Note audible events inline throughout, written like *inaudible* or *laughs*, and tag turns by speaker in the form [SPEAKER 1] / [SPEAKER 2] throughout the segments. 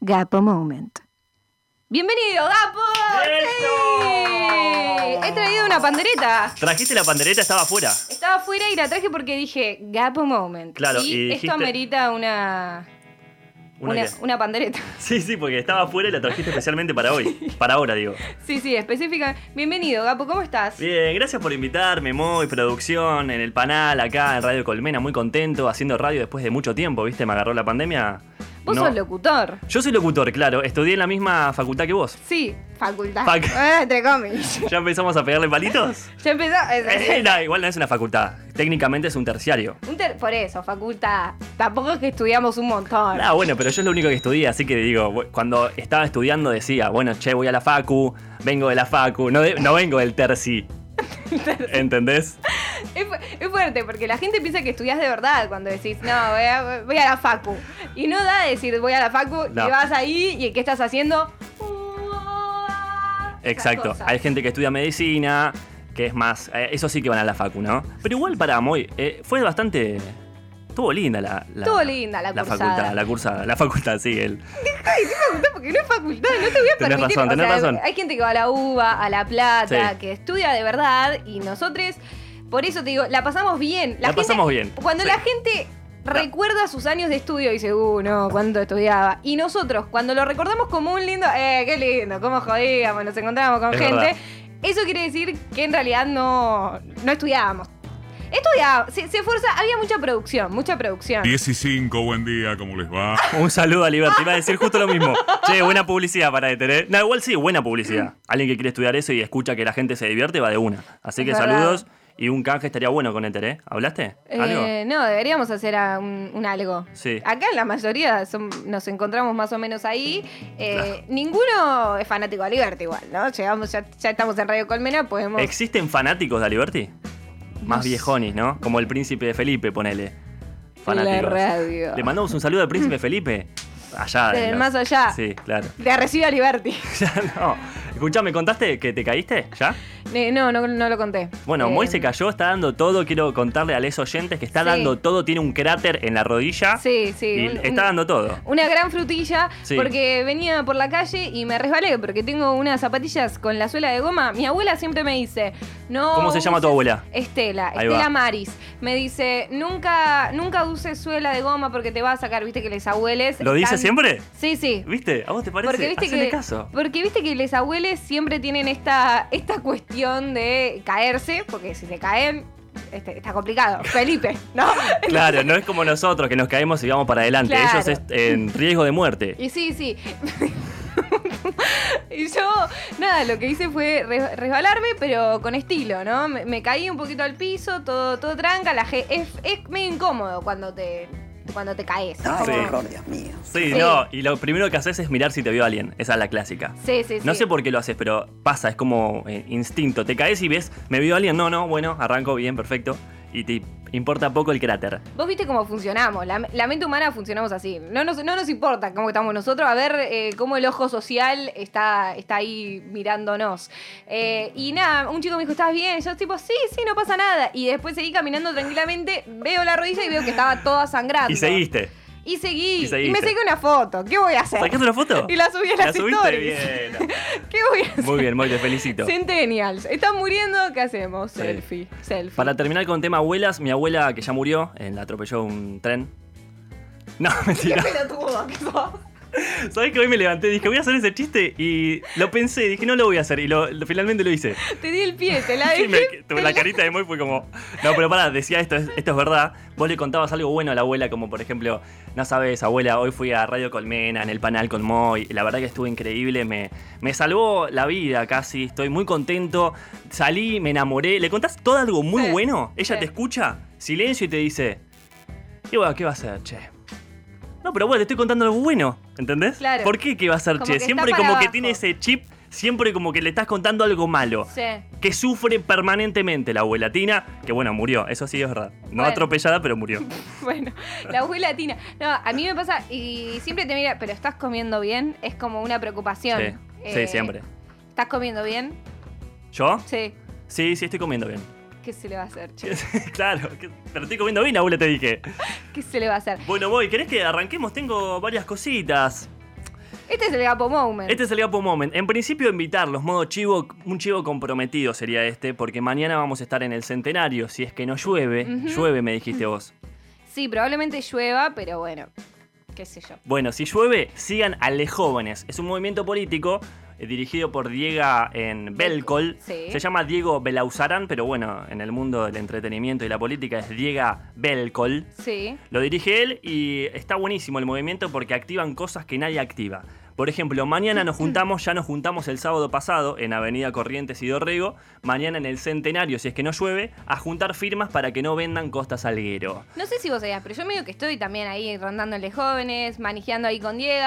[SPEAKER 1] Gapo Moment.
[SPEAKER 2] ¡Bienvenido, Gapo!
[SPEAKER 3] ¡Eso!
[SPEAKER 2] Sí. He traído una pandereta.
[SPEAKER 3] Trajiste la pandereta, estaba afuera.
[SPEAKER 2] Estaba afuera y la traje porque dije Gapo Moment.
[SPEAKER 3] Claro,
[SPEAKER 2] y,
[SPEAKER 3] y dijiste-
[SPEAKER 2] esto amerita una.
[SPEAKER 3] Una
[SPEAKER 2] Una,
[SPEAKER 3] que-
[SPEAKER 2] una pandereta. *laughs*
[SPEAKER 3] Sí, sí, porque estaba afuera y la trajiste especialmente para hoy. Para ahora, digo.
[SPEAKER 2] Sí, sí, específica. Bienvenido, Gapo, ¿cómo estás?
[SPEAKER 3] Bien, gracias por invitarme, Moy, producción, en el panal, acá en Radio Colmena, muy contento, haciendo radio después de mucho tiempo, ¿viste? Me agarró la pandemia.
[SPEAKER 2] Vos
[SPEAKER 3] No.
[SPEAKER 2] sos locutor.
[SPEAKER 3] Yo soy locutor, claro, estudié en la misma facultad que vos.
[SPEAKER 2] Sí, facultad.
[SPEAKER 3] Fac-
[SPEAKER 2] *laughs* Ah, entre comillas.
[SPEAKER 3] ¿Ya empezamos a
[SPEAKER 2] *laughs*
[SPEAKER 3] pegarle palitos? *laughs*
[SPEAKER 2] Ya empezó.
[SPEAKER 3] Eh, no, igual no es una facultad, técnicamente es un terciario.
[SPEAKER 2] Un ter- por eso, facultad. Tampoco es que estudiamos un montón.
[SPEAKER 3] Ah, bueno, pero yo es lo único que estudié, así que digo, bu- cuando estaba estudiando decía, bueno, che, voy a la facu, vengo de la facu, no, de- no vengo del
[SPEAKER 2] *laughs*
[SPEAKER 3] terci. ¿Entendés?
[SPEAKER 2] Es, fu- es fuerte, porque la gente piensa que estudias de verdad cuando decís, no, voy a, voy a la facu. Y no da decir, voy a la facu,
[SPEAKER 3] No.
[SPEAKER 2] y vas ahí, y ¿qué estás haciendo? Esas
[SPEAKER 3] Exacto.
[SPEAKER 2] cosas.
[SPEAKER 3] Hay gente que estudia medicina, que es más, eh, eso sí que van a la facu, ¿no? Pero igual para Moy, eh, fue bastante... Estuvo linda la, la-
[SPEAKER 2] Estuvo linda la cursada.
[SPEAKER 3] facultad, la cursada, la facultad, sí, el,
[SPEAKER 2] Ay, sí me gustó porque no es facultad, no te voy a
[SPEAKER 3] Tenés
[SPEAKER 2] permitir.
[SPEAKER 3] razón, tenés razón.
[SPEAKER 2] Hay gente que va a la UBA, a La Plata,
[SPEAKER 3] Sí.
[SPEAKER 2] que estudia de verdad y nosotros, por eso te digo, la pasamos bien.
[SPEAKER 3] La
[SPEAKER 2] gente-
[SPEAKER 3] pasamos bien,
[SPEAKER 2] Cuando
[SPEAKER 3] sí.
[SPEAKER 2] la gente recuerda sus años de estudio y dice, uh, no, cuánto estudiaba. Y nosotros, cuando lo recordamos como un lindo, eh, qué lindo, cómo jodíamos, nos encontrábamos con
[SPEAKER 3] Es
[SPEAKER 2] gente.
[SPEAKER 3] verdad.
[SPEAKER 2] Eso quiere decir que en realidad no, no estudiábamos. Estudiábamos, se, se esforza, había mucha producción, mucha producción.
[SPEAKER 4] 15, buen día, ¿cómo les va?
[SPEAKER 3] Un saludo a Liberty. Iba a decir justo lo mismo. Che, buena publicidad para detener. No, igual sí, buena publicidad. Alguien que quiere estudiar eso y escucha que la gente se divierte va de una. Así
[SPEAKER 2] Es
[SPEAKER 3] que
[SPEAKER 2] verdad.
[SPEAKER 3] saludos y un canje estaría bueno con Eter, ¿eh? ¿Hablaste? ¿Algo?
[SPEAKER 2] Eh, no, deberíamos hacer a- un, un algo.
[SPEAKER 3] Sí.
[SPEAKER 2] Acá la mayoría son- nos encontramos más o menos ahí. Eh, Ninguno es fanático de Liberty igual, ¿no? Llegamos, ya, ya estamos en Radio Colmena, podemos...
[SPEAKER 3] ¿Existen fanáticos de Liberty? Más viejonis, ¿no? Como el príncipe Felipe, ponele. Fanáticos.
[SPEAKER 2] La radio.
[SPEAKER 3] Le mandamos un saludo
[SPEAKER 2] *laughs*
[SPEAKER 3] al príncipe Felipe. Allá.
[SPEAKER 2] Del
[SPEAKER 3] en
[SPEAKER 2] más allá.
[SPEAKER 3] Sí, claro. *laughs*
[SPEAKER 2] de recibe a Liberty.
[SPEAKER 3] Ya no. Escuchame, ¿contaste que te caíste? ¿Ya?
[SPEAKER 2] Eh, no, no, no lo conté.
[SPEAKER 3] Bueno,
[SPEAKER 2] Eh,
[SPEAKER 3] Moy se cayó, está dando todo. Quiero contarle a los oyentes que está
[SPEAKER 2] Sí.
[SPEAKER 3] dando todo. Tiene un cráter en la rodilla.
[SPEAKER 2] Sí, sí.
[SPEAKER 3] Y
[SPEAKER 2] un-
[SPEAKER 3] está
[SPEAKER 2] un-
[SPEAKER 3] dando todo.
[SPEAKER 2] Una gran frutilla
[SPEAKER 3] Sí.
[SPEAKER 2] porque venía por la calle y me resbalé porque tengo unas zapatillas con la suela de goma. Mi abuela siempre me dice, no...
[SPEAKER 3] ¿Cómo se llama tu
[SPEAKER 2] uses-
[SPEAKER 3] abuela?
[SPEAKER 2] Estela,
[SPEAKER 3] Ahí
[SPEAKER 2] Estela
[SPEAKER 3] va.
[SPEAKER 2] Maris. Me dice, nunca, nunca uses suela de goma porque te va a sacar, viste que les abueles...
[SPEAKER 3] ¿Lo dice
[SPEAKER 2] están-
[SPEAKER 3] siempre?
[SPEAKER 2] Sí, sí.
[SPEAKER 3] ¿Viste? ¿A vos te parece?
[SPEAKER 2] Porque viste,
[SPEAKER 3] Hacele
[SPEAKER 2] que,
[SPEAKER 3] caso.
[SPEAKER 2] porque viste que les abueles siempre tienen esta, esta cuestión de caerse, porque si se caen, este, está complicado. Felipe, ¿no?
[SPEAKER 3] Claro, no es como nosotros que nos caemos y vamos para adelante.
[SPEAKER 2] Claro.
[SPEAKER 3] Ellos es en riesgo de muerte.
[SPEAKER 2] Y sí, sí. *laughs* y yo, nada, lo que hice fue re- resbalarme, pero con estilo, ¿no? Me, me caí un poquito al piso, todo, todo tranca. La ge- es, es medio incómodo cuando te, cuando te caes.
[SPEAKER 5] Ay,
[SPEAKER 3] Sí.
[SPEAKER 5] qué horror, Dios mío.
[SPEAKER 3] Sí,
[SPEAKER 2] Sí.
[SPEAKER 3] no. Y lo primero que haces es mirar si te vio alguien. Esa es la clásica.
[SPEAKER 2] Sí, sí, sí.
[SPEAKER 3] No sé por qué lo haces, pero pasa, es como eh, instinto. Te caes y ves, me vio alguien. No, no, bueno, arranco bien, perfecto. Y te importa poco el cráter.
[SPEAKER 2] Vos viste cómo funcionamos, la, la mente humana funcionamos así. No nos, no nos importa cómo estamos nosotros, a ver eh, cómo el ojo social está, está ahí mirándonos. Eh, y nada, un chico me dijo, ¿estás bien? Yo tipo, sí, sí, no pasa nada. Y después seguí caminando tranquilamente, veo la rodilla y veo que estaba toda sangrando.
[SPEAKER 3] Y seguiste.
[SPEAKER 2] Y seguí.
[SPEAKER 3] Y
[SPEAKER 2] Y,
[SPEAKER 3] seguiste.
[SPEAKER 2] me saqué una foto. ¿Qué voy a hacer?
[SPEAKER 3] ¿Sacaste una foto?
[SPEAKER 2] Y la subí
[SPEAKER 3] *laughs*
[SPEAKER 2] a
[SPEAKER 3] La
[SPEAKER 2] las
[SPEAKER 3] subiste
[SPEAKER 2] stories.
[SPEAKER 3] bien. *laughs*
[SPEAKER 2] ¿Qué voy a hacer?
[SPEAKER 3] Muy bien, muy te felicito.
[SPEAKER 2] Centennials. Están muriendo, ¿qué hacemos?
[SPEAKER 3] Sí.
[SPEAKER 2] Selfie. Selfie.
[SPEAKER 3] Para terminar con tema abuelas, mi abuela que ya murió, eh, la atropelló un tren. No, *laughs*
[SPEAKER 2] Qué
[SPEAKER 3] mentira.
[SPEAKER 2] pelotudo que sos.
[SPEAKER 3] Sabés que hoy me levanté, dije, voy a hacer ese chiste y lo pensé, dije, no lo voy a hacer y lo, lo- finalmente lo hice.
[SPEAKER 2] Te di el pie, te la dejé.
[SPEAKER 3] Y me- tuve
[SPEAKER 2] te
[SPEAKER 3] la carita de muy fue como, no, pero pará, decía esto, es- esto es verdad. Vos le contabas algo bueno a la abuela, como por ejemplo, no sabes, abuela, hoy fui a Radio Colmena, en el panel con Moy, y la verdad que estuvo increíble, me, me salvó la vida casi, estoy muy contento, salí, me enamoré. ¿Le contás todo algo muy
[SPEAKER 2] Sí,
[SPEAKER 3] bueno? Ella
[SPEAKER 2] sí.
[SPEAKER 3] te escucha, silencio y te dice, y bueno, ¿qué va a hacer, che? No, pero bueno, te estoy contando algo bueno, ¿entendés?
[SPEAKER 2] Claro.
[SPEAKER 3] ¿Por qué qué va a hacer,
[SPEAKER 2] Como que
[SPEAKER 3] che?
[SPEAKER 2] está
[SPEAKER 3] Siempre
[SPEAKER 2] para
[SPEAKER 3] como que
[SPEAKER 2] abajo.
[SPEAKER 3] tiene ese chip, siempre como que le estás contando algo malo
[SPEAKER 2] Sí. *laughs*
[SPEAKER 3] que sufre permanentemente la abuela Tina, que bueno, murió, eso sí es verdad. No
[SPEAKER 2] Bueno.
[SPEAKER 3] atropellada, pero murió.
[SPEAKER 2] Bueno, la abuela latina. No, a mí me pasa y siempre te mira, pero estás comiendo bien, es como una preocupación.
[SPEAKER 3] Sí, sí,
[SPEAKER 2] Eh,
[SPEAKER 3] siempre.
[SPEAKER 2] ¿Estás comiendo bien?
[SPEAKER 3] ¿Yo?
[SPEAKER 2] Sí.
[SPEAKER 3] Sí, sí, estoy comiendo bien. *laughs*
[SPEAKER 2] ¿Qué se le va a hacer, che?
[SPEAKER 3] claro, que- pero estoy comiendo bien, abuela, te dije.
[SPEAKER 2] ¿Qué se le va a hacer?
[SPEAKER 3] Bueno, voy, ¿querés que arranquemos? Tengo varias cositas.
[SPEAKER 2] Este es el Gapo Moment.
[SPEAKER 3] Este es el Gapo Moment. En principio, invitarlos, modo chivo, un chivo comprometido sería este, porque mañana vamos a estar en el centenario. Si es que no llueve, llueve, me dijiste vos.
[SPEAKER 2] Sí, probablemente llueva, pero bueno, qué sé yo.
[SPEAKER 3] Bueno, si llueve, sigan a Les Jóvenes. Es un movimiento político eh, dirigido por Diego en Belcol.
[SPEAKER 2] Sí.
[SPEAKER 3] Se llama Diego Belauzarán, pero bueno, en el mundo del entretenimiento y la política es Diego Belcol.
[SPEAKER 2] Sí.
[SPEAKER 3] Lo dirige él y está buenísimo el movimiento porque activan cosas que nadie activa. Por ejemplo, mañana nos juntamos, ya nos juntamos el sábado pasado en Avenida Corrientes y Dorrego, mañana en el Centenario, si es que no llueve, a juntar firmas para que no vendan Costa Salguero.
[SPEAKER 2] No sé si vos sabías, pero yo medio que estoy también ahí rondándole jóvenes, manejando ahí con Diego.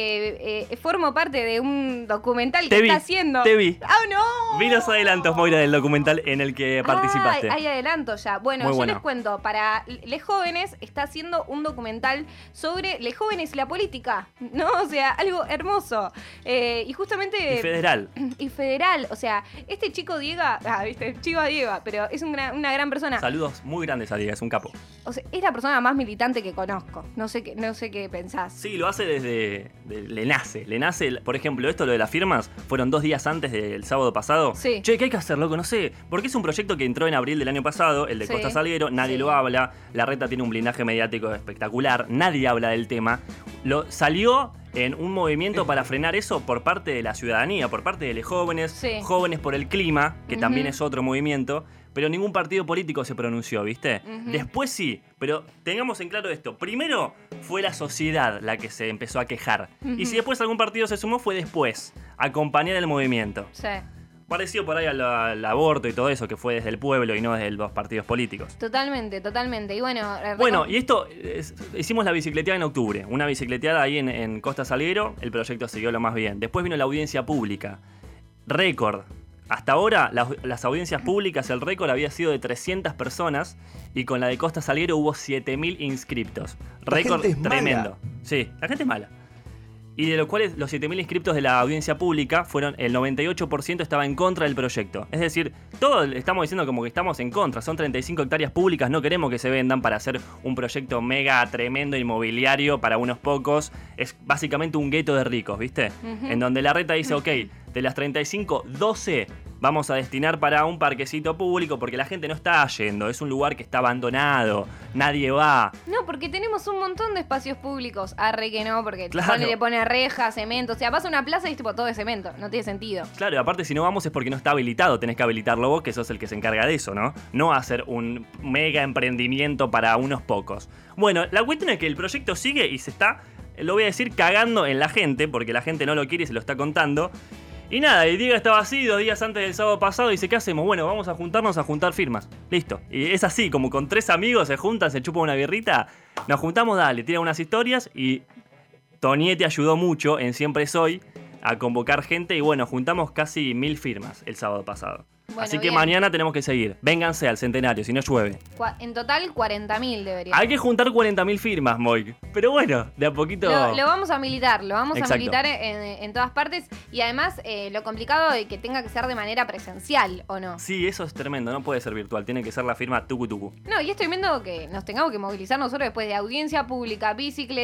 [SPEAKER 2] Eh, eh, formo parte de un documental que
[SPEAKER 3] Te vi,
[SPEAKER 2] está haciendo.
[SPEAKER 3] te vi.
[SPEAKER 2] ¡Ah, no!
[SPEAKER 3] Vi los adelantos, Moira, del documental en el que participaste.
[SPEAKER 2] Ah, hay adelanto ya. Bueno,
[SPEAKER 3] Muy
[SPEAKER 2] yo
[SPEAKER 3] bueno.
[SPEAKER 2] les cuento, para Les Jóvenes está haciendo un documental sobre Les Jóvenes y la política, ¿no? O sea, algo hermoso. Eh, y justamente...
[SPEAKER 3] Y federal.
[SPEAKER 2] y federal, o sea, este chico Diego, ah, viste, chico Diego, pero es un gran- una gran persona.
[SPEAKER 3] Saludos muy grandes a Diego, es un capo.
[SPEAKER 2] O sea, es la persona más militante que conozco. No sé qué, no sé qué pensás.
[SPEAKER 3] Sí, lo hace desde. de- le nace. Le nace, por ejemplo, esto lo de las firmas fueron dos días antes del sábado pasado.
[SPEAKER 2] Sí.
[SPEAKER 3] Che, ¿qué hay que hacer, loco? No sé. Porque es un proyecto que entró en abril del año pasado, el de
[SPEAKER 2] Sí.
[SPEAKER 3] Costa Salguero, nadie
[SPEAKER 2] Sí.
[SPEAKER 3] lo habla. La reta tiene un blindaje mediático espectacular, nadie habla del tema. Lo, salió en un movimiento para frenar eso por parte de la ciudadanía, por parte de los jóvenes,
[SPEAKER 2] Sí.
[SPEAKER 3] jóvenes por el clima, que
[SPEAKER 2] Ujú.
[SPEAKER 3] también es otro movimiento. Pero ningún partido político se pronunció, ¿viste?
[SPEAKER 2] Ujú.
[SPEAKER 3] Después Pues sí, pero tengamos en claro esto. Primero fue la sociedad la que se empezó a quejar. Y si después algún partido se sumó, fue después, acompañar el movimiento.
[SPEAKER 2] Sí.
[SPEAKER 3] Parecido por ahí al, al aborto y todo eso, que fue desde el pueblo y no desde los partidos políticos.
[SPEAKER 2] Totalmente, totalmente. Y bueno, eh,
[SPEAKER 3] Bueno,
[SPEAKER 2] recom-
[SPEAKER 3] y esto, es- hicimos la bicicleteada en octubre, una bicicleteada ahí en, en Costa Salguero, el proyecto siguió lo más bien. Después vino la audiencia pública, récord. Hasta ahora las, las audiencias públicas, el récord había sido de 300 personas y con la de Costa Salguero hubo 7.000 inscriptos. Récord
[SPEAKER 1] gente es mala.
[SPEAKER 3] tremendo. Sí, la gente es mala. Y de los cuales los 7.000 inscriptos de la audiencia pública fueron el 98% estaba en contra del proyecto. Es decir, todos estamos diciendo como que estamos en contra. Son 35 hectáreas públicas, no queremos que se vendan para hacer un proyecto mega tremendo inmobiliario para unos pocos. Es básicamente un gueto de ricos, ¿viste? En donde la reta dice, ok, de las 35, 12 vamos a destinar para un parquecito público porque la gente no está yendo. Es un lugar que está abandonado, nadie va.
[SPEAKER 2] No, porque tenemos un montón de espacios públicos. Arre que no, porque
[SPEAKER 3] Claro.
[SPEAKER 2] pone- le pone reja, cemento. O sea, vas a una plaza y es tipo todo de cemento. No tiene sentido.
[SPEAKER 3] Claro, y aparte si no vamos es porque no está habilitado, tenés que habilitarlo vos, que sos el que se encarga de eso, ¿no? No hacer un mega emprendimiento para unos pocos. Bueno, la cuestión es que el proyecto sigue y se está, lo voy a decir, cagando en la gente, porque la gente no lo quiere y se lo está contando. Y nada, y Diego estaba así dos días antes del sábado pasado y dice, ¿qué hacemos? Bueno, vamos a juntarnos a juntar firmas. Listo. Y es así, como con tres amigos se juntan, se chupan una birrita, nos juntamos, dale, tira unas historias y Toniete ayudó mucho en Siempre Soy a convocar gente y bueno, juntamos casi mil firmas el sábado pasado.
[SPEAKER 2] Bueno,
[SPEAKER 3] Así que
[SPEAKER 2] bien.
[SPEAKER 3] mañana tenemos que seguir. Vénganse al centenario, si no llueve.
[SPEAKER 2] Cua- en total, 40.000 debería.
[SPEAKER 3] Hay que juntar 40.000 firmas, Moik. Pero bueno, de a poquito.
[SPEAKER 2] Lo, lo vamos a militar, lo vamos
[SPEAKER 3] Exacto.
[SPEAKER 2] a militar en, en todas partes. Y además, eh, lo complicado de que tenga que ser de manera presencial, ¿o no?
[SPEAKER 3] Sí, eso es tremendo, no puede ser virtual, tiene que ser la firma tucu tucu.
[SPEAKER 2] No, y estoy viendo que nos tengamos que movilizar nosotros después de audiencia pública,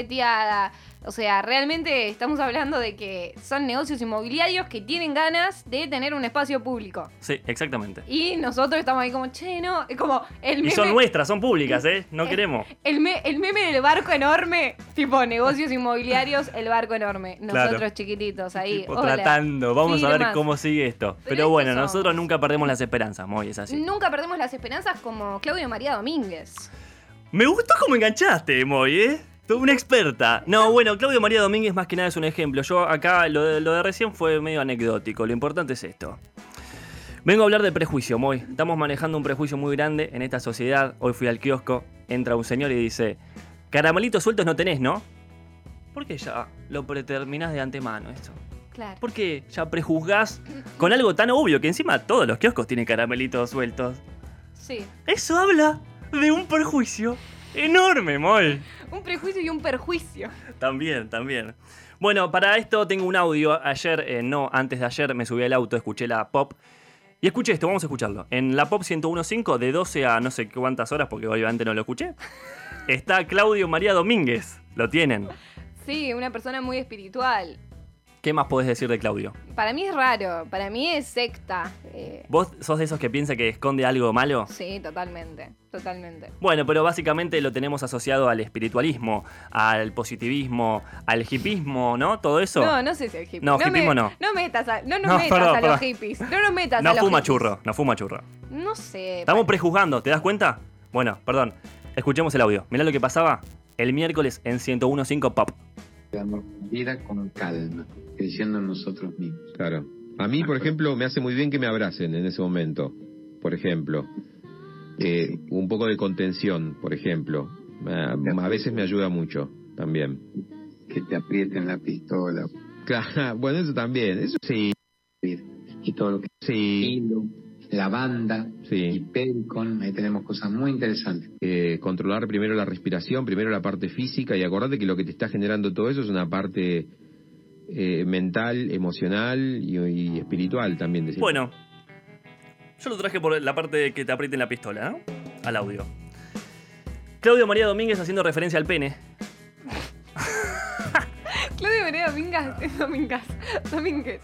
[SPEAKER 2] bicicleteada. O sea, realmente estamos hablando de que son negocios inmobiliarios que tienen ganas de tener un espacio público.
[SPEAKER 3] Sí,
[SPEAKER 2] *laughs*
[SPEAKER 3] exactamente.
[SPEAKER 2] Y nosotros estamos ahí como, che, no, es como el
[SPEAKER 3] Y
[SPEAKER 2] meme,
[SPEAKER 3] son nuestras, son públicas, ¿eh? No queremos.
[SPEAKER 2] el, me- el meme del barco enorme, tipo negocios inmobiliarios, el barco enorme. Nosotros
[SPEAKER 3] Claro.
[SPEAKER 2] chiquititos ahí.
[SPEAKER 3] Tipo,
[SPEAKER 2] eh, hola.
[SPEAKER 3] tratando, vamos a ver
[SPEAKER 2] Firmas.
[SPEAKER 3] cómo sigue esto. Pero,
[SPEAKER 2] estos
[SPEAKER 3] bueno,
[SPEAKER 2] son-
[SPEAKER 3] nosotros nunca perdemos las esperanzas, Moy, es así.
[SPEAKER 2] Nunca perdemos las esperanzas como Claudio María Domínguez.
[SPEAKER 3] Me gustó cómo enganchaste, Moy, ¿eh? Tú una experta. No, bueno, Claudio María Domínguez más que nada es un ejemplo. Yo acá, lo de, lo de recién fue medio anecdótico. Lo importante es esto. Vengo a hablar de prejuicio, Moy. Estamos manejando un prejuicio muy grande en esta sociedad. Hoy fui al kiosco, entra un señor y dice, caramelitos sueltos no tenés, ¿no? ¿Por qué ya lo preterminás de antemano esto?
[SPEAKER 2] Claro.
[SPEAKER 3] ¿Por qué ya prejuzgás con algo tan obvio que encima todos los kioscos tienen caramelitos sueltos?
[SPEAKER 2] Sí.
[SPEAKER 3] Eso habla de un perjuicio enorme, Moy.
[SPEAKER 2] Un prejuicio y un perjuicio.
[SPEAKER 3] También, también. Bueno, para esto tengo un audio. Ayer, eh, no, antes de ayer me subí al auto, escuché la pop. Y escuché esto, vamos a escucharlo. En la pop 101.5, de 12 a no sé cuántas horas, porque obviamente no lo escuché, está Claudio María Domínguez. Lo tienen.
[SPEAKER 2] Sí, una persona muy espiritual.
[SPEAKER 3] ¿Qué más podés decir de Claudio?
[SPEAKER 2] Para mí es raro, para mí es secta. eh,
[SPEAKER 3] ¿Vos sos de esos que piensa que esconde algo malo?
[SPEAKER 2] sí, totalmente, totalmente.
[SPEAKER 3] Bueno, pero básicamente lo tenemos asociado al espiritualismo, al positivismo, al hipismo, ¿no? Todo eso.
[SPEAKER 2] No, no sé si el hippie.
[SPEAKER 3] No, hippismo
[SPEAKER 2] me,
[SPEAKER 3] no.
[SPEAKER 2] No metas a, no, nos
[SPEAKER 3] No,
[SPEAKER 2] metas
[SPEAKER 3] perdón,
[SPEAKER 2] a los
[SPEAKER 3] perdón.
[SPEAKER 2] hippies. No nos metas a
[SPEAKER 3] No
[SPEAKER 2] los
[SPEAKER 3] fuma
[SPEAKER 2] hippies.
[SPEAKER 3] churro, no fuma churro.
[SPEAKER 2] No sé.
[SPEAKER 3] Estamos prejuzgando, ¿te das cuenta? Bueno, perdón. Escuchemos el audio. Mirá lo que pasaba el miércoles en 101.5 Pop.
[SPEAKER 1] Veamos vida con calma, creyendo en nosotros mismos.
[SPEAKER 5] Claro. A mí, por ejemplo, me hace muy bien que me abracen en ese momento. Por ejemplo, Eh, un poco de contención, por ejemplo. Ah, A veces me ayuda mucho también. *laughs*
[SPEAKER 1] Que te aprieten la pistola,
[SPEAKER 5] Claro, bueno, eso también. Eso sí,
[SPEAKER 1] y todo lo que
[SPEAKER 5] sí,
[SPEAKER 1] hilo, lavanda y
[SPEAKER 5] sí.
[SPEAKER 1] pericón, ahí tenemos cosas muy interesantes.
[SPEAKER 5] Eh, controlar primero la respiración, primero la parte física y acordate que lo que te está generando todo eso es una parte eh, mental, emocional y, y espiritual también. decimos.
[SPEAKER 3] Bueno, yo lo traje por la parte de que te aprieten la pistola, ¿no? Al audio. Claudio María Domínguez haciendo referencia al pene.
[SPEAKER 2] Claudio María Domingas, Domingas, *laughs* Domínguez.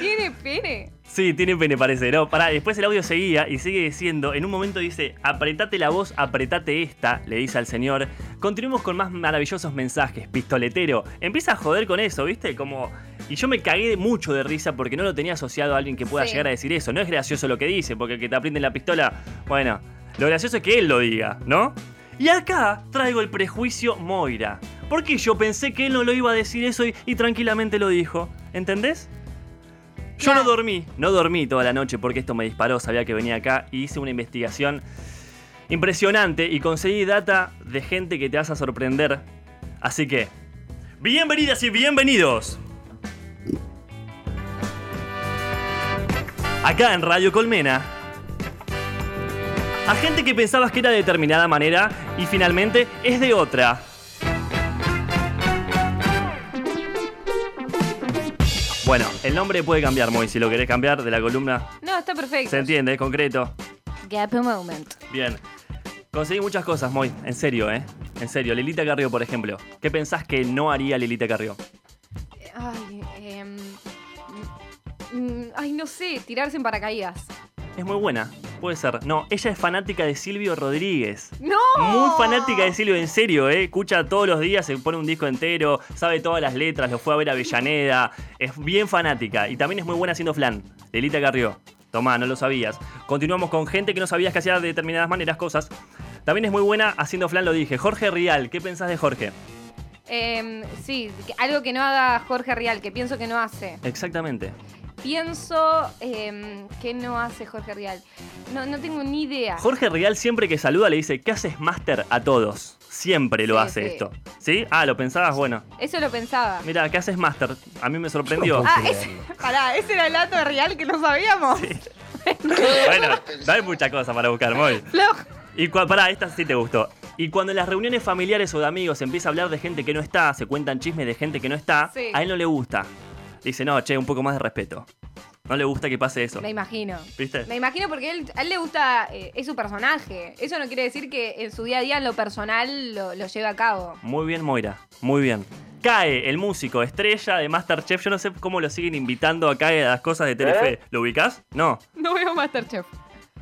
[SPEAKER 2] ¿Tiene pene?
[SPEAKER 3] Sí, tiene pene, parece, ¿no? Pará, después el audio seguía y sigue diciendo, en un momento dice, apretate la voz, apretate esta, le dice al señor. Continuemos con más maravillosos mensajes, pistoletero. Empieza a joder con eso, ¿viste? Como... Y yo me cagué mucho de risa porque no lo tenía asociado a alguien que pueda
[SPEAKER 2] Sí.
[SPEAKER 3] llegar a decir eso. No es gracioso lo que dice, porque que te aprieten la pistola, bueno, lo gracioso es que él lo diga, ¿no? Y acá traigo el prejuicio Moira. Porque yo pensé que él no lo iba a decir eso y, y tranquilamente lo dijo. ¿Entendés? Yo no
[SPEAKER 2] Claro.
[SPEAKER 3] dormí, no dormí toda la noche porque esto me disparó, sabía que venía acá y hice una investigación impresionante y conseguí data de gente que te vas a sorprender. Así que, bienvenidas y bienvenidos. Acá en Radio Colmena. A gente que pensabas que era de determinada manera y finalmente es de otra. Bueno, el nombre puede cambiar, Moy, si lo querés cambiar de la columna.
[SPEAKER 2] No, está perfecto.
[SPEAKER 3] Se entiende, es concreto.
[SPEAKER 2] Gap a moment.
[SPEAKER 3] Bien. Conseguí muchas cosas, Moy. En serio, ¿eh? En serio. Lilita Carrió, por ejemplo. ¿Qué pensás que no haría Lilita Carrió?
[SPEAKER 2] Ay, em, mm, ay, no sé, tirarse en paracaídas.
[SPEAKER 3] Es muy buena. Puede ser. No, ella es fanática de Silvio Rodríguez.
[SPEAKER 2] ¡No!
[SPEAKER 3] Muy fanática de Silvio, en serio, ¿eh? Escucha todos los días, se pone un disco entero, sabe todas las letras, lo fue a ver a Avellaneda. Es bien fanática y también es muy buena haciendo flan. Lilita Carrió. Tomá, no lo sabías. Continuamos con gente que no sabías que hacía de determinadas maneras cosas. También es muy buena haciendo flan, lo dije. Jorge Rial, ¿qué pensás de Jorge?
[SPEAKER 2] Em, sí, que- algo que no haga Jorge Rial, que pienso que no hace.
[SPEAKER 3] Exactamente.
[SPEAKER 2] Pienso em, que no hace Jorge Rial. No, no tengo ni idea.
[SPEAKER 3] Jorge Rial siempre que saluda le dice, ¿qué haces máster a todos? Siempre lo
[SPEAKER 2] Sí,
[SPEAKER 3] hace
[SPEAKER 2] sí.
[SPEAKER 3] esto. ¿Sí? Ah, lo pensabas, bueno.
[SPEAKER 2] Eso lo pensaba.
[SPEAKER 3] Mira, ¿qué haces máster? A mí me sorprendió.
[SPEAKER 2] Ah, ese, *laughs* pará, ese era el dato de Rial que no sabíamos.
[SPEAKER 3] *laughs* Bueno, no hay mucha cosa para buscar, Moy.
[SPEAKER 2] Floj.
[SPEAKER 3] Y cua- pará, esta sí te gustó. Y cuando en las reuniones familiares o de amigos se empieza a hablar de gente que no está, se cuentan chismes de gente que no está,
[SPEAKER 2] Sí.
[SPEAKER 3] a él no le gusta. Dice, no, che, un poco más de respeto. No le gusta que pase eso.
[SPEAKER 2] Me imagino.
[SPEAKER 3] ¿Viste?
[SPEAKER 2] Me imagino porque él, a él le gusta, eh, es su personaje. Eso no quiere decir que en su día a día en lo personal lo, lo lleve a cabo.
[SPEAKER 3] Muy bien, Moira. Muy bien. Cae, el músico, estrella de Masterchef. Yo no sé cómo lo siguen invitando a Cae a las cosas de Telefe. ¿Lo ubicás? No.
[SPEAKER 2] No veo Masterchef.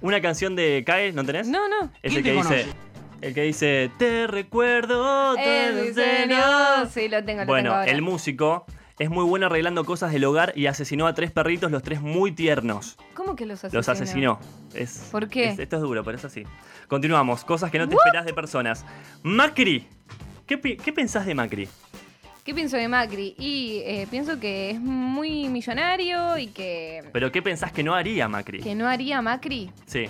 [SPEAKER 3] ¿Una canción de Cae no tenés?
[SPEAKER 2] No, no.
[SPEAKER 3] Es el que dice. El que dice. Te recuerdo. te
[SPEAKER 2] Eh,
[SPEAKER 3] enseño".
[SPEAKER 2] Sí, lo tengo, lo tengo
[SPEAKER 3] Bueno,
[SPEAKER 2] ahora.
[SPEAKER 3] el músico es muy bueno arreglando cosas del hogar y asesinó a tres perritos, los tres muy tiernos.
[SPEAKER 2] ¿Cómo que los asesinó?
[SPEAKER 3] Los asesinó. Es,
[SPEAKER 2] ¿Por qué?
[SPEAKER 3] es- esto es duro, pero es así. Continuamos. Cosas que no te esperás de personas. Macri. ¿Qué, pi- ¿Qué pensás de Macri?
[SPEAKER 2] ¿Qué pienso de Macri? Y eh, pienso que es muy millonario y que,
[SPEAKER 3] ¿Pero qué pensás que no haría Macri?
[SPEAKER 2] que no haría Macri.
[SPEAKER 3] Sí,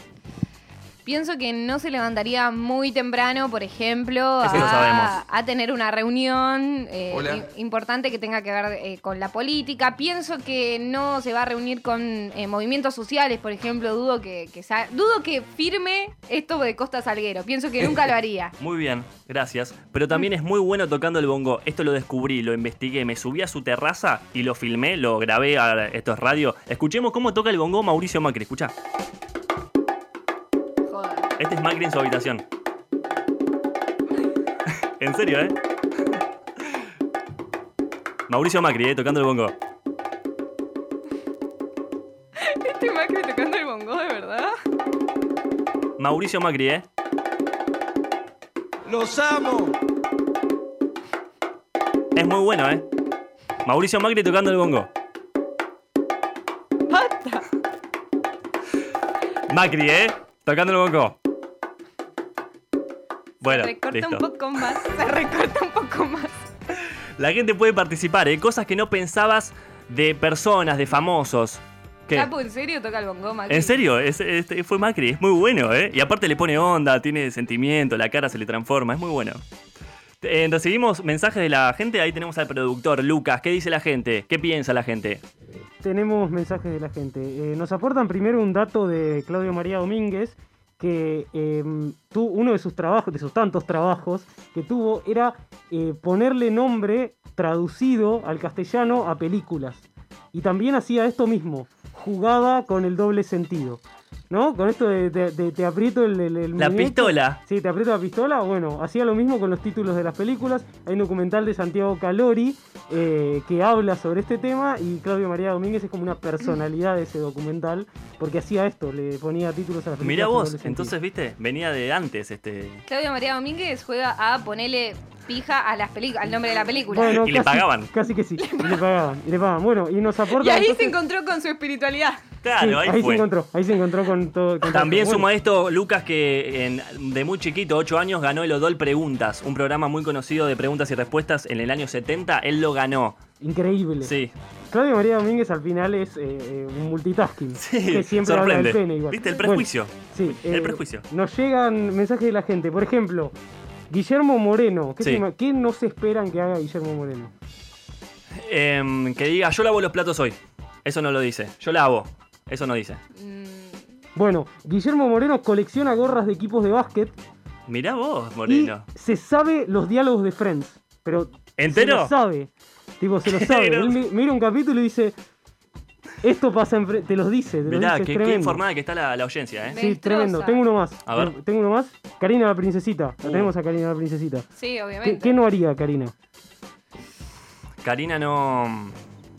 [SPEAKER 2] Pienso que no se levantaría muy temprano, por ejemplo,
[SPEAKER 3] Eso lo sabemos.
[SPEAKER 2] a, a tener una reunión eh,
[SPEAKER 1] Hola.
[SPEAKER 2] im- importante que tenga que ver eh, con la política. Pienso que no se va a reunir con eh, movimientos sociales, por ejemplo. Dudo que, que sa- dudo que firme esto de Costa Salguero. Pienso que nunca lo *laughs* haría.
[SPEAKER 3] muy bien, gracias. Pero también es muy bueno tocando el bongo. Esto lo descubrí, lo investigué, me subí a su terraza y lo filmé, lo grabé a estos radios. Escuchemos cómo toca el bongo Mauricio Macri, escucha.
[SPEAKER 2] Joder.
[SPEAKER 3] Este es Macri en su habitación. *laughs* en serio, ¿eh? Mauricio Macri, ¿eh? Tocando el bongo.
[SPEAKER 2] Este
[SPEAKER 3] Mauricio Macri, ¿eh?
[SPEAKER 6] ¡Los amo!
[SPEAKER 3] Es muy bueno, ¿eh? Mauricio Macri tocando el bongo.
[SPEAKER 2] ¡Basta!
[SPEAKER 3] Macri, ¿eh? Tocando el bongo. Bueno,
[SPEAKER 2] se recorta
[SPEAKER 3] listo.
[SPEAKER 2] un poco más. Se recorta un poco más.
[SPEAKER 3] La gente puede participar, ¿eh? Cosas que no pensabas de personas, de famosos. ¿Qué?
[SPEAKER 2] Capo, ¿en serio toca el bongo, Macri?
[SPEAKER 3] En serio, es- este fue Macri, es muy bueno, ¿eh? Y aparte le pone onda, tiene sentimiento, la cara se le transforma, es muy bueno. Eh, recibimos mensajes de la gente, ahí tenemos al productor, Lucas, ¿qué dice la gente? ¿Qué piensa la gente?
[SPEAKER 7] Tenemos mensajes de la gente. Eh, nos aportan primero un dato de Claudio María Domínguez, que eh, tu- uno de sus trabajos, de sus tantos trabajos que tuvo, era eh, ponerle nombre traducido al castellano a películas. Y también hacía esto mismo, jugaba con el doble sentido. ¿No? Con esto de, de- de- te aprieto el, el- el
[SPEAKER 3] La
[SPEAKER 7] muñeco.
[SPEAKER 3] pistola.
[SPEAKER 7] Sí, te aprieto la pistola. Bueno, hacía lo mismo con los títulos de las películas. Hay un documental de Santiago Calori eh, que habla sobre este tema y Claudio María Domínguez es como una personalidad de ese documental porque hacía esto, le ponía títulos a las películas.
[SPEAKER 3] Mirá
[SPEAKER 7] con
[SPEAKER 3] vos,
[SPEAKER 7] doble sentido.
[SPEAKER 3] entonces, viste, venía de antes este...
[SPEAKER 2] Claudio María Domínguez juega a ponerle pija a las películas, al nombre de la película.
[SPEAKER 7] Bueno,
[SPEAKER 3] Y le pagaban.
[SPEAKER 7] Casi que sí, y le pagaban, y le pagaban. Bueno, y nos aporta.
[SPEAKER 2] y ahí se
[SPEAKER 7] entonces-
[SPEAKER 2] encontró con su espiritualidad.
[SPEAKER 3] Claro,
[SPEAKER 7] sí,
[SPEAKER 3] ahí,
[SPEAKER 7] ahí
[SPEAKER 3] fue.
[SPEAKER 7] se encontró, ahí se encontró con todo. con
[SPEAKER 3] También
[SPEAKER 7] todo.
[SPEAKER 3] suma
[SPEAKER 7] Bueno,
[SPEAKER 3] esto, Lucas, que en- de muy chiquito, 8 años, ganó el Odol Preguntas, un programa muy conocido de preguntas y respuestas en el año 70, él lo ganó.
[SPEAKER 7] Increíble.
[SPEAKER 3] Sí,
[SPEAKER 7] Claudio María Domínguez al final es eh, eh, un multitasking.
[SPEAKER 3] sí, *laughs*
[SPEAKER 7] que siempre habla del
[SPEAKER 3] sorprende.
[SPEAKER 7] pene igual.
[SPEAKER 3] ¿Viste el
[SPEAKER 7] Bueno,
[SPEAKER 3] prejuicio?
[SPEAKER 7] Sí,
[SPEAKER 3] El
[SPEAKER 7] eh,
[SPEAKER 3] prejuicio.
[SPEAKER 7] Nos llegan mensajes de la gente. Por ejemplo, Guillermo Moreno. ¿Qué,
[SPEAKER 3] Sí.
[SPEAKER 7] se ima- qué nos esperan que haga Guillermo Moreno?
[SPEAKER 3] Em, que diga, yo lavo los platos hoy. Eso no lo dice. Yo lavo. Eso no dice.
[SPEAKER 2] Mm,
[SPEAKER 7] Bueno, Guillermo Moreno colecciona gorras de equipos de básquet
[SPEAKER 3] Mirá vos, Moreno.
[SPEAKER 7] y se sabe los diálogos de Friends. Pero se
[SPEAKER 3] ¿Entero?
[SPEAKER 7] lo sabe. Tipo, se lo
[SPEAKER 3] Qué *laughs*
[SPEAKER 7] sabe.
[SPEAKER 3] groso.
[SPEAKER 7] Él mi- mira un capítulo y dice. Esto pasa en Fre- Te los dice, te los
[SPEAKER 3] Mirá,
[SPEAKER 7] dice, es
[SPEAKER 3] qué, qué
[SPEAKER 7] tremendo.
[SPEAKER 3] informada que está la, la audiencia, ¿eh?
[SPEAKER 7] Sí,
[SPEAKER 2] Destroza.
[SPEAKER 7] tremendo. Tengo uno más.
[SPEAKER 3] A ver.
[SPEAKER 7] Tengo uno más. Karina la princesita. La
[SPEAKER 3] Uh.
[SPEAKER 7] tenemos a Karina la princesita.
[SPEAKER 2] sí,
[SPEAKER 7] ¿Qué,
[SPEAKER 2] obviamente.
[SPEAKER 7] qué no haría Karina?
[SPEAKER 3] Karina no...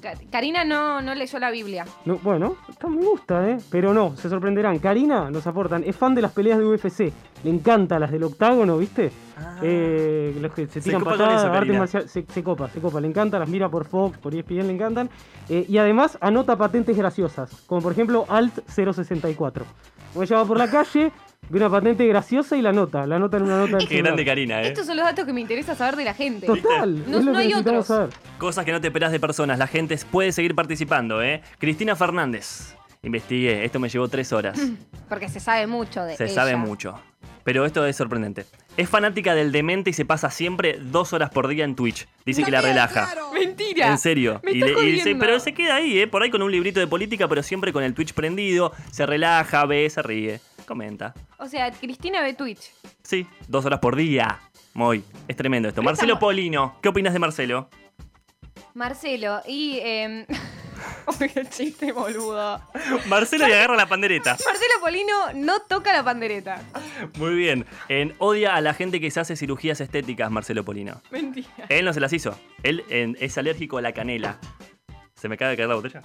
[SPEAKER 2] Ca- Karina no, no leyó la Biblia.
[SPEAKER 7] No, bueno, está- me gusta, ¿eh? Pero no, se sorprenderán. Karina, nos aportan, es fan de las peleas de UFC. Le encanta las del octágono, ¿viste?
[SPEAKER 3] Ah.
[SPEAKER 7] Eh, los que se
[SPEAKER 3] Se
[SPEAKER 7] tiran
[SPEAKER 3] copa con
[SPEAKER 7] patadas,
[SPEAKER 3] eso,
[SPEAKER 7] artes
[SPEAKER 3] Karina.
[SPEAKER 7] marciales. Se, se copa, se copa. Le encanta, las mira por Fox, por E ESPN, le encantan. Eh, y además anota patentes graciosas, como por ejemplo Alt 064. Como ella va
[SPEAKER 2] *laughs*
[SPEAKER 7] por la calle, ve una patente graciosa y la anota. La anota en una nota
[SPEAKER 3] Qué
[SPEAKER 7] del celular.
[SPEAKER 3] grande Karina, ¿eh?
[SPEAKER 2] Estos son los datos que me interesa saber de la gente.
[SPEAKER 7] Total,
[SPEAKER 2] No-
[SPEAKER 7] es lo
[SPEAKER 2] no
[SPEAKER 7] que
[SPEAKER 2] hay
[SPEAKER 7] necesitamos
[SPEAKER 2] otros.
[SPEAKER 7] saber.
[SPEAKER 3] Cosas que no te esperas de personas. La gente puede seguir participando, ¿eh? Cristina Fernández. Investigué. Esto me llevó tres horas.
[SPEAKER 7] Mm.
[SPEAKER 2] Porque se sabe mucho de
[SPEAKER 3] Se
[SPEAKER 2] ella.
[SPEAKER 3] sabe mucho. Pero esto es sorprendente. Es fanática del demente y se pasa siempre dos horas por día en Twitch. Dice que la relaja.
[SPEAKER 2] Mentira.
[SPEAKER 3] En serio.
[SPEAKER 2] Me
[SPEAKER 3] Y
[SPEAKER 2] estás
[SPEAKER 3] le- y se-
[SPEAKER 2] jodiendo.
[SPEAKER 3] pero se queda ahí, ¿eh? Por ahí con un librito de política, pero siempre con el Twitch prendido. Se relaja, ve, se ríe. Comenta.
[SPEAKER 2] O sea, Cristina ve Twitch.
[SPEAKER 3] Sí, dos horas por día. Muy. Es tremendo esto.
[SPEAKER 2] Pero
[SPEAKER 3] Marcelo
[SPEAKER 2] estamos-
[SPEAKER 3] Polino. ¿Qué opinas de Marcelo?
[SPEAKER 2] *laughs* Marcelo, y. Eh... *laughs* Uy, qué chiste, boludo.
[SPEAKER 3] Marcelo le agarra la
[SPEAKER 2] *laughs*
[SPEAKER 3] pandereta.
[SPEAKER 2] Marcelo Polino no toca la pandereta.
[SPEAKER 3] Muy bien. En, odia a la gente que se hace cirugías estéticas, Marcelo Polino.
[SPEAKER 2] Mentira.
[SPEAKER 3] Él no se las hizo. Él en- es alérgico a la canela. ¿Se me acaba de caer la botella?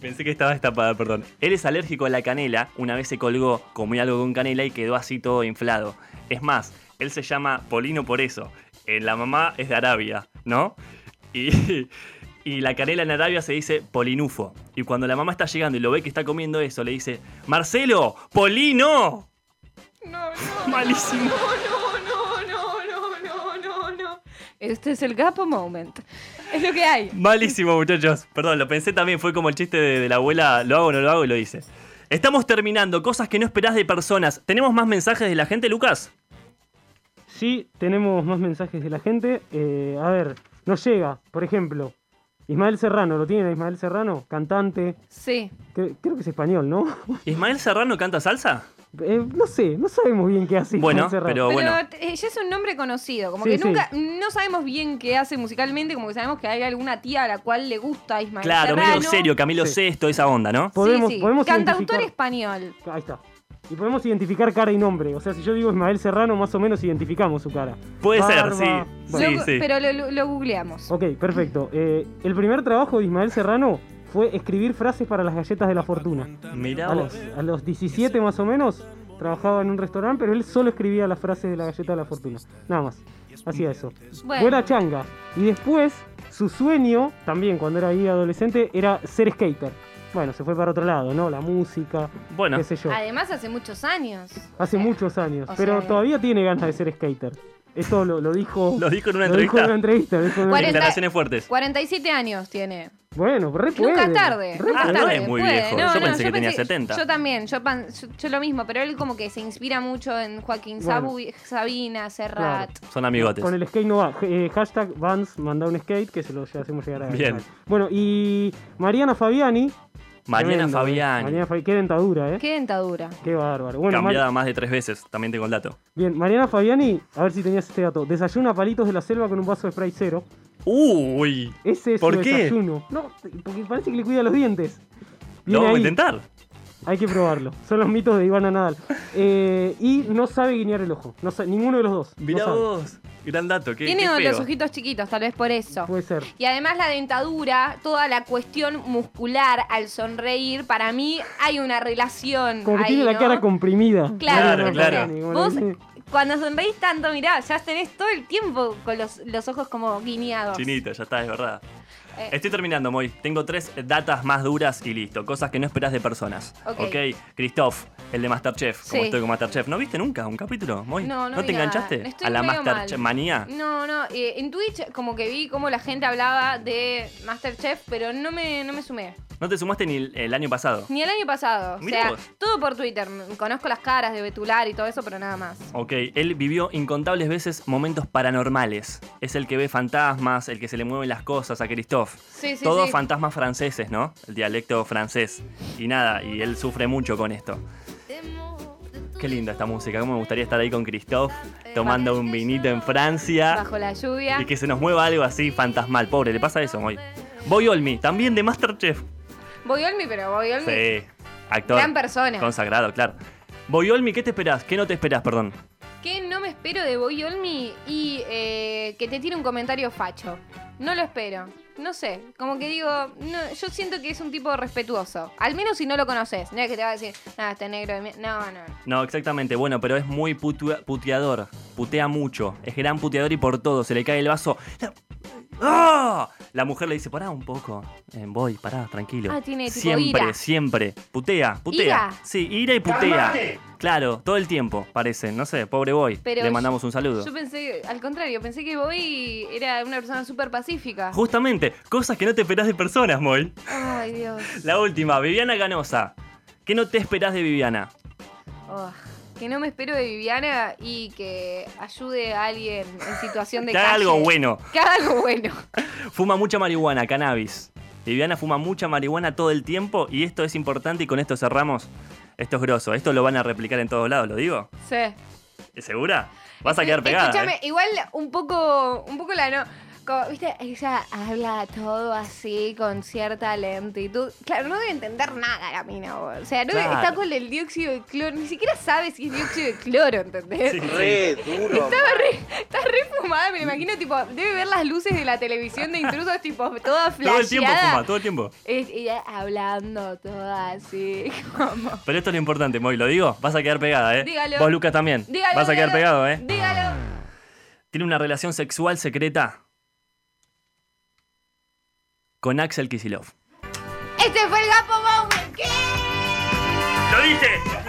[SPEAKER 3] Pensé que estaba destapada, perdón. Él es alérgico a la canela. Una vez se colgó, comió algo con canela y quedó así todo inflado. Es más, él se llama Polino por eso. Eh, la mamá es de Arabia, ¿no? Y, *laughs* y la canela en Arabia se dice Polinufo. Y cuando la mamá está llegando y lo ve que está comiendo eso, le dice, Marcelo, Polino.
[SPEAKER 2] No, no.
[SPEAKER 3] Malísimo.
[SPEAKER 2] No, no, no, no, no, no, no. Este es el Gapo Moment. Es lo que hay.
[SPEAKER 3] Malísimo, muchachos. Perdón, lo pensé también. Fue como el chiste de, de la abuela: lo hago o no lo hago y lo hice. Estamos terminando. Cosas que no esperás de personas. ¿Tenemos más mensajes de la gente, Lucas?
[SPEAKER 7] Sí, tenemos más mensajes de la gente. Eh, a ver, nos llega, por ejemplo, Ismael Serrano, ¿lo tienen a Ismael Serrano? Cantante,
[SPEAKER 2] Sí.
[SPEAKER 7] que- creo que es español, ¿no? *laughs*
[SPEAKER 3] ¿Ismael Serrano canta salsa?
[SPEAKER 7] Eh, no sé, no sabemos bien qué hace
[SPEAKER 3] Bueno,
[SPEAKER 7] Ismael Serrano.
[SPEAKER 3] pero
[SPEAKER 2] Pero
[SPEAKER 3] bueno.
[SPEAKER 2] eh, ya es un nombre conocido, como
[SPEAKER 7] Sí,
[SPEAKER 2] que
[SPEAKER 7] sí.
[SPEAKER 2] nunca, no sabemos bien qué hace musicalmente, como que sabemos que hay alguna tía a la cual le gusta Ismael
[SPEAKER 3] Claro,
[SPEAKER 2] Serrano.
[SPEAKER 3] medio serio, Camilo
[SPEAKER 7] Sí.
[SPEAKER 3] Sesto, esa onda, ¿no?
[SPEAKER 7] Podemos-
[SPEAKER 2] sí, sí.
[SPEAKER 7] podemos
[SPEAKER 2] Cantautor
[SPEAKER 7] identificar-
[SPEAKER 2] español.
[SPEAKER 7] Ahí está. Y podemos identificar cara y nombre. O sea, si yo digo Ismael Serrano, más o menos identificamos su cara.
[SPEAKER 3] Puede
[SPEAKER 7] Barba.
[SPEAKER 3] ser, sí.
[SPEAKER 7] Bueno,
[SPEAKER 2] Lo-
[SPEAKER 3] sí.
[SPEAKER 2] Pero lo, lo- lo googleamos.
[SPEAKER 7] Ok, perfecto. Eh, el primer trabajo de Ismael Serrano fue escribir frases para las galletas de la fortuna.
[SPEAKER 3] Mirá
[SPEAKER 7] A los,
[SPEAKER 3] vos.
[SPEAKER 7] a los 17 más o menos trabajaba en un restaurante, pero él solo escribía las frases de la galleta de la fortuna. Nada más. Hacía eso.
[SPEAKER 2] Bueno.
[SPEAKER 7] Buena changa. Y después, su sueño, también cuando era ahí adolescente, era ser skater. Bueno, se fue para otro lado, ¿no? La música,
[SPEAKER 3] Bueno,
[SPEAKER 7] qué sé yo.
[SPEAKER 2] Además, hace muchos años. Eh,
[SPEAKER 7] Hace muchos años.
[SPEAKER 2] o
[SPEAKER 7] pero
[SPEAKER 2] sea-
[SPEAKER 7] todavía tiene ganas de ser skater. Esto lo, lo dijo.
[SPEAKER 3] lo dijo en una
[SPEAKER 7] lo dijo
[SPEAKER 3] entrevista.
[SPEAKER 7] en una entrevista. lo dijo en una
[SPEAKER 2] ¿Cuál es?
[SPEAKER 7] entrevista.
[SPEAKER 3] Declaraciones fuertes.
[SPEAKER 2] 47 años tiene.
[SPEAKER 7] Bueno, re puede.
[SPEAKER 2] Nunca es tarde.
[SPEAKER 7] re
[SPEAKER 2] nunca
[SPEAKER 3] Ah,
[SPEAKER 2] es
[SPEAKER 7] puede.
[SPEAKER 3] no
[SPEAKER 2] tarde,
[SPEAKER 3] es muy
[SPEAKER 2] puede.
[SPEAKER 3] viejo, yo pensé que tenía 70.
[SPEAKER 2] Yo también, yo, pan- yo, yo lo mismo, pero él como que se inspira mucho en Joaquín
[SPEAKER 7] Bueno.
[SPEAKER 2] Sabu- Sabina, Serrat.
[SPEAKER 3] Son amigotes.
[SPEAKER 7] Con el skate no va. Eh, hashtag Vans manda un skate que se lo ya hacemos llegar a
[SPEAKER 3] Bien.
[SPEAKER 7] Bueno, y Mariana Fabiani.
[SPEAKER 3] Mariana
[SPEAKER 7] tremenda, eh.
[SPEAKER 3] Fabián,
[SPEAKER 7] Mariana Fabiani. Qué dentadura, ¿eh? Qué,
[SPEAKER 2] Qué dentadura.
[SPEAKER 7] bárbaro. Bueno, Mar-
[SPEAKER 3] cambiada más de tres veces, también tengo el dato.
[SPEAKER 7] bien, Mariana Fabiani, a ver si tenías este dato. Desayuna palitos de la selva con un vaso de spray cero.
[SPEAKER 3] Uy,
[SPEAKER 7] Ese es
[SPEAKER 3] ¿Por
[SPEAKER 7] su
[SPEAKER 3] qué?
[SPEAKER 7] desayuno. No, porque parece que le cuida los dientes.
[SPEAKER 3] lo
[SPEAKER 7] Viene
[SPEAKER 3] vamos a
[SPEAKER 7] ahí.
[SPEAKER 3] intentar.
[SPEAKER 7] Hay que probarlo. Son los mitos de Ivana Nadal. Eh, y no sabe guiñar el ojo. No sa- ninguno de los dos. No
[SPEAKER 3] Mirá
[SPEAKER 7] sabe.
[SPEAKER 3] vos, gran dato. Qué,
[SPEAKER 2] Tiene
[SPEAKER 3] qué feo.
[SPEAKER 2] los ojitos chiquitos, tal vez por eso.
[SPEAKER 7] Puede ser.
[SPEAKER 2] Y además la dentadura, toda la cuestión muscular al sonreír, para mí hay una relación.
[SPEAKER 7] Como que
[SPEAKER 2] ahí,
[SPEAKER 7] tiene la
[SPEAKER 2] ¿no?
[SPEAKER 7] cara comprimida.
[SPEAKER 2] Claro,
[SPEAKER 7] Mariana
[SPEAKER 3] claro.
[SPEAKER 7] Fabiani, bueno,
[SPEAKER 2] Vos
[SPEAKER 7] sí.
[SPEAKER 2] cuando sonreís tanto, mirá, ya tenés todo el tiempo con los, los ojos como *laughs* guiñados.
[SPEAKER 3] Chinito, ya está, es verdad.
[SPEAKER 2] Eh.
[SPEAKER 3] Estoy terminando, Moy. Tengo tres datas más duras y listo. Cosas que no esperás de personas.
[SPEAKER 2] Ok.
[SPEAKER 3] Christoph, el de Masterchef. Como
[SPEAKER 2] Sí.
[SPEAKER 3] estoy con Masterchef. ¿No viste nunca un capítulo, Moy?
[SPEAKER 2] No, no vi
[SPEAKER 3] te
[SPEAKER 2] nada.
[SPEAKER 3] enganchaste
[SPEAKER 2] Estoy
[SPEAKER 3] a la
[SPEAKER 2] medio
[SPEAKER 3] Masterchef
[SPEAKER 2] mal.
[SPEAKER 3] manía?
[SPEAKER 2] No, no, eh, en Twitch como que vi cómo la gente hablaba de Masterchef, pero no me, no me sumé.
[SPEAKER 3] No te sumaste ni el, el año pasado.
[SPEAKER 2] Ni el año pasado. O
[SPEAKER 3] Mirá
[SPEAKER 2] sea,
[SPEAKER 3] vos.
[SPEAKER 2] todo por Twitter. M- Conozco las caras de Betular y todo eso, pero nada más.
[SPEAKER 3] Ok, él vivió incontables veces momentos paranormales. Es el que ve fantasmas, el que se le mueven las cosas a Christoph.
[SPEAKER 2] Sí, sí,
[SPEAKER 3] Todos
[SPEAKER 2] sí.
[SPEAKER 3] fantasmas franceses, ¿no? El dialecto francés. Y nada, y él sufre mucho con esto. Qué linda esta música, cómo me gustaría estar ahí con Christoph tomando un vinito en Francia
[SPEAKER 2] Bajo la lluvia.
[SPEAKER 3] y que se nos mueva algo así fantasmal. Pobre, le pasa eso, hoy. Boy Olmi, también de Masterchef.
[SPEAKER 2] Boyolmi, pero Boyolmi.
[SPEAKER 3] Sí, actor
[SPEAKER 2] Gran persona.
[SPEAKER 3] consagrado, claro. Boy Olmi, ¿qué te esperás? ¿Qué no te esperás, perdón?
[SPEAKER 2] ¿Qué no me espero de Boy Olmi? Y eh, que te tire un comentario facho. No lo espero. No sé, como que digo, no, yo siento que es un tipo respetuoso. Al menos si no lo conoces. No es que te va a decir, nada, este negro de mi-". No, no.
[SPEAKER 3] No, exactamente. Bueno, pero es muy putua- puteador. Putea mucho. Es gran puteador y por todo. Se le cae el vaso. La- ¡Ah! La mujer le dice, pará un poco. Eh, voy, pará, tranquilo.
[SPEAKER 2] Ah, tiene tipo
[SPEAKER 3] siempre,
[SPEAKER 2] ira.
[SPEAKER 3] siempre. Putea, putea.
[SPEAKER 2] Ira.
[SPEAKER 3] Sí, ira y putea. Claro, todo el tiempo, parece. No sé, pobre boy.
[SPEAKER 2] Pero
[SPEAKER 3] le
[SPEAKER 2] yo-
[SPEAKER 3] mandamos un saludo.
[SPEAKER 2] Yo pensé, al contrario, pensé que Boy era una persona súper pacífica.
[SPEAKER 3] Justamente, cosas que no te esperás de personas, Moy.
[SPEAKER 2] Ay, Dios.
[SPEAKER 3] La última, Viviana Ganosa. ¿Qué no te esperás de Viviana?
[SPEAKER 2] Oh, que no me espero de Viviana y que ayude a alguien en situación de
[SPEAKER 3] Que haga
[SPEAKER 2] calle.
[SPEAKER 3] algo bueno.
[SPEAKER 2] Que haga algo bueno.
[SPEAKER 3] Fuma mucha marihuana, cannabis. Viviana fuma mucha marihuana todo el tiempo y esto es importante y con esto cerramos. Esto es grosso, esto lo van a replicar en todos lados, ¿lo digo?
[SPEAKER 2] Sí.
[SPEAKER 3] ¿Es ¿Segura? Vas a quedar pegada.
[SPEAKER 2] Escúchame,
[SPEAKER 3] ¿eh?
[SPEAKER 2] igual un poco, un poco la no. como, Viste, ella habla todo así, con cierta lentitud. Claro, no debe entender nada la mina, boludo. O sea, no debe-
[SPEAKER 3] Claro.
[SPEAKER 2] está con el dióxido de cloro. Ni siquiera sabe si es dióxido de cloro, ¿entendés?
[SPEAKER 3] *laughs* Sí, sí.
[SPEAKER 2] eh, Estaba re, está re fumada, me lo imagino, tipo, debe ver las luces de la televisión de intrusos, tipo, toda flasheada.
[SPEAKER 3] Todo el tiempo fuma, todo el tiempo.
[SPEAKER 2] Es- ella hablando toda así, *laughs* como...
[SPEAKER 3] Pero esto es lo importante, Moy, ¿lo digo? Vas a quedar pegada, ¿eh?
[SPEAKER 2] Dígalo.
[SPEAKER 3] Vos, Lucas, también.
[SPEAKER 2] Dígalo,
[SPEAKER 3] Vas a quedar
[SPEAKER 2] dígalo,
[SPEAKER 3] pegado, ¿eh?
[SPEAKER 2] Dígalo.
[SPEAKER 3] Tiene una relación sexual secreta con Axel Kisilov.
[SPEAKER 2] Este fue el Gapo Moment. ¿Qué?
[SPEAKER 3] ¡Lo dije!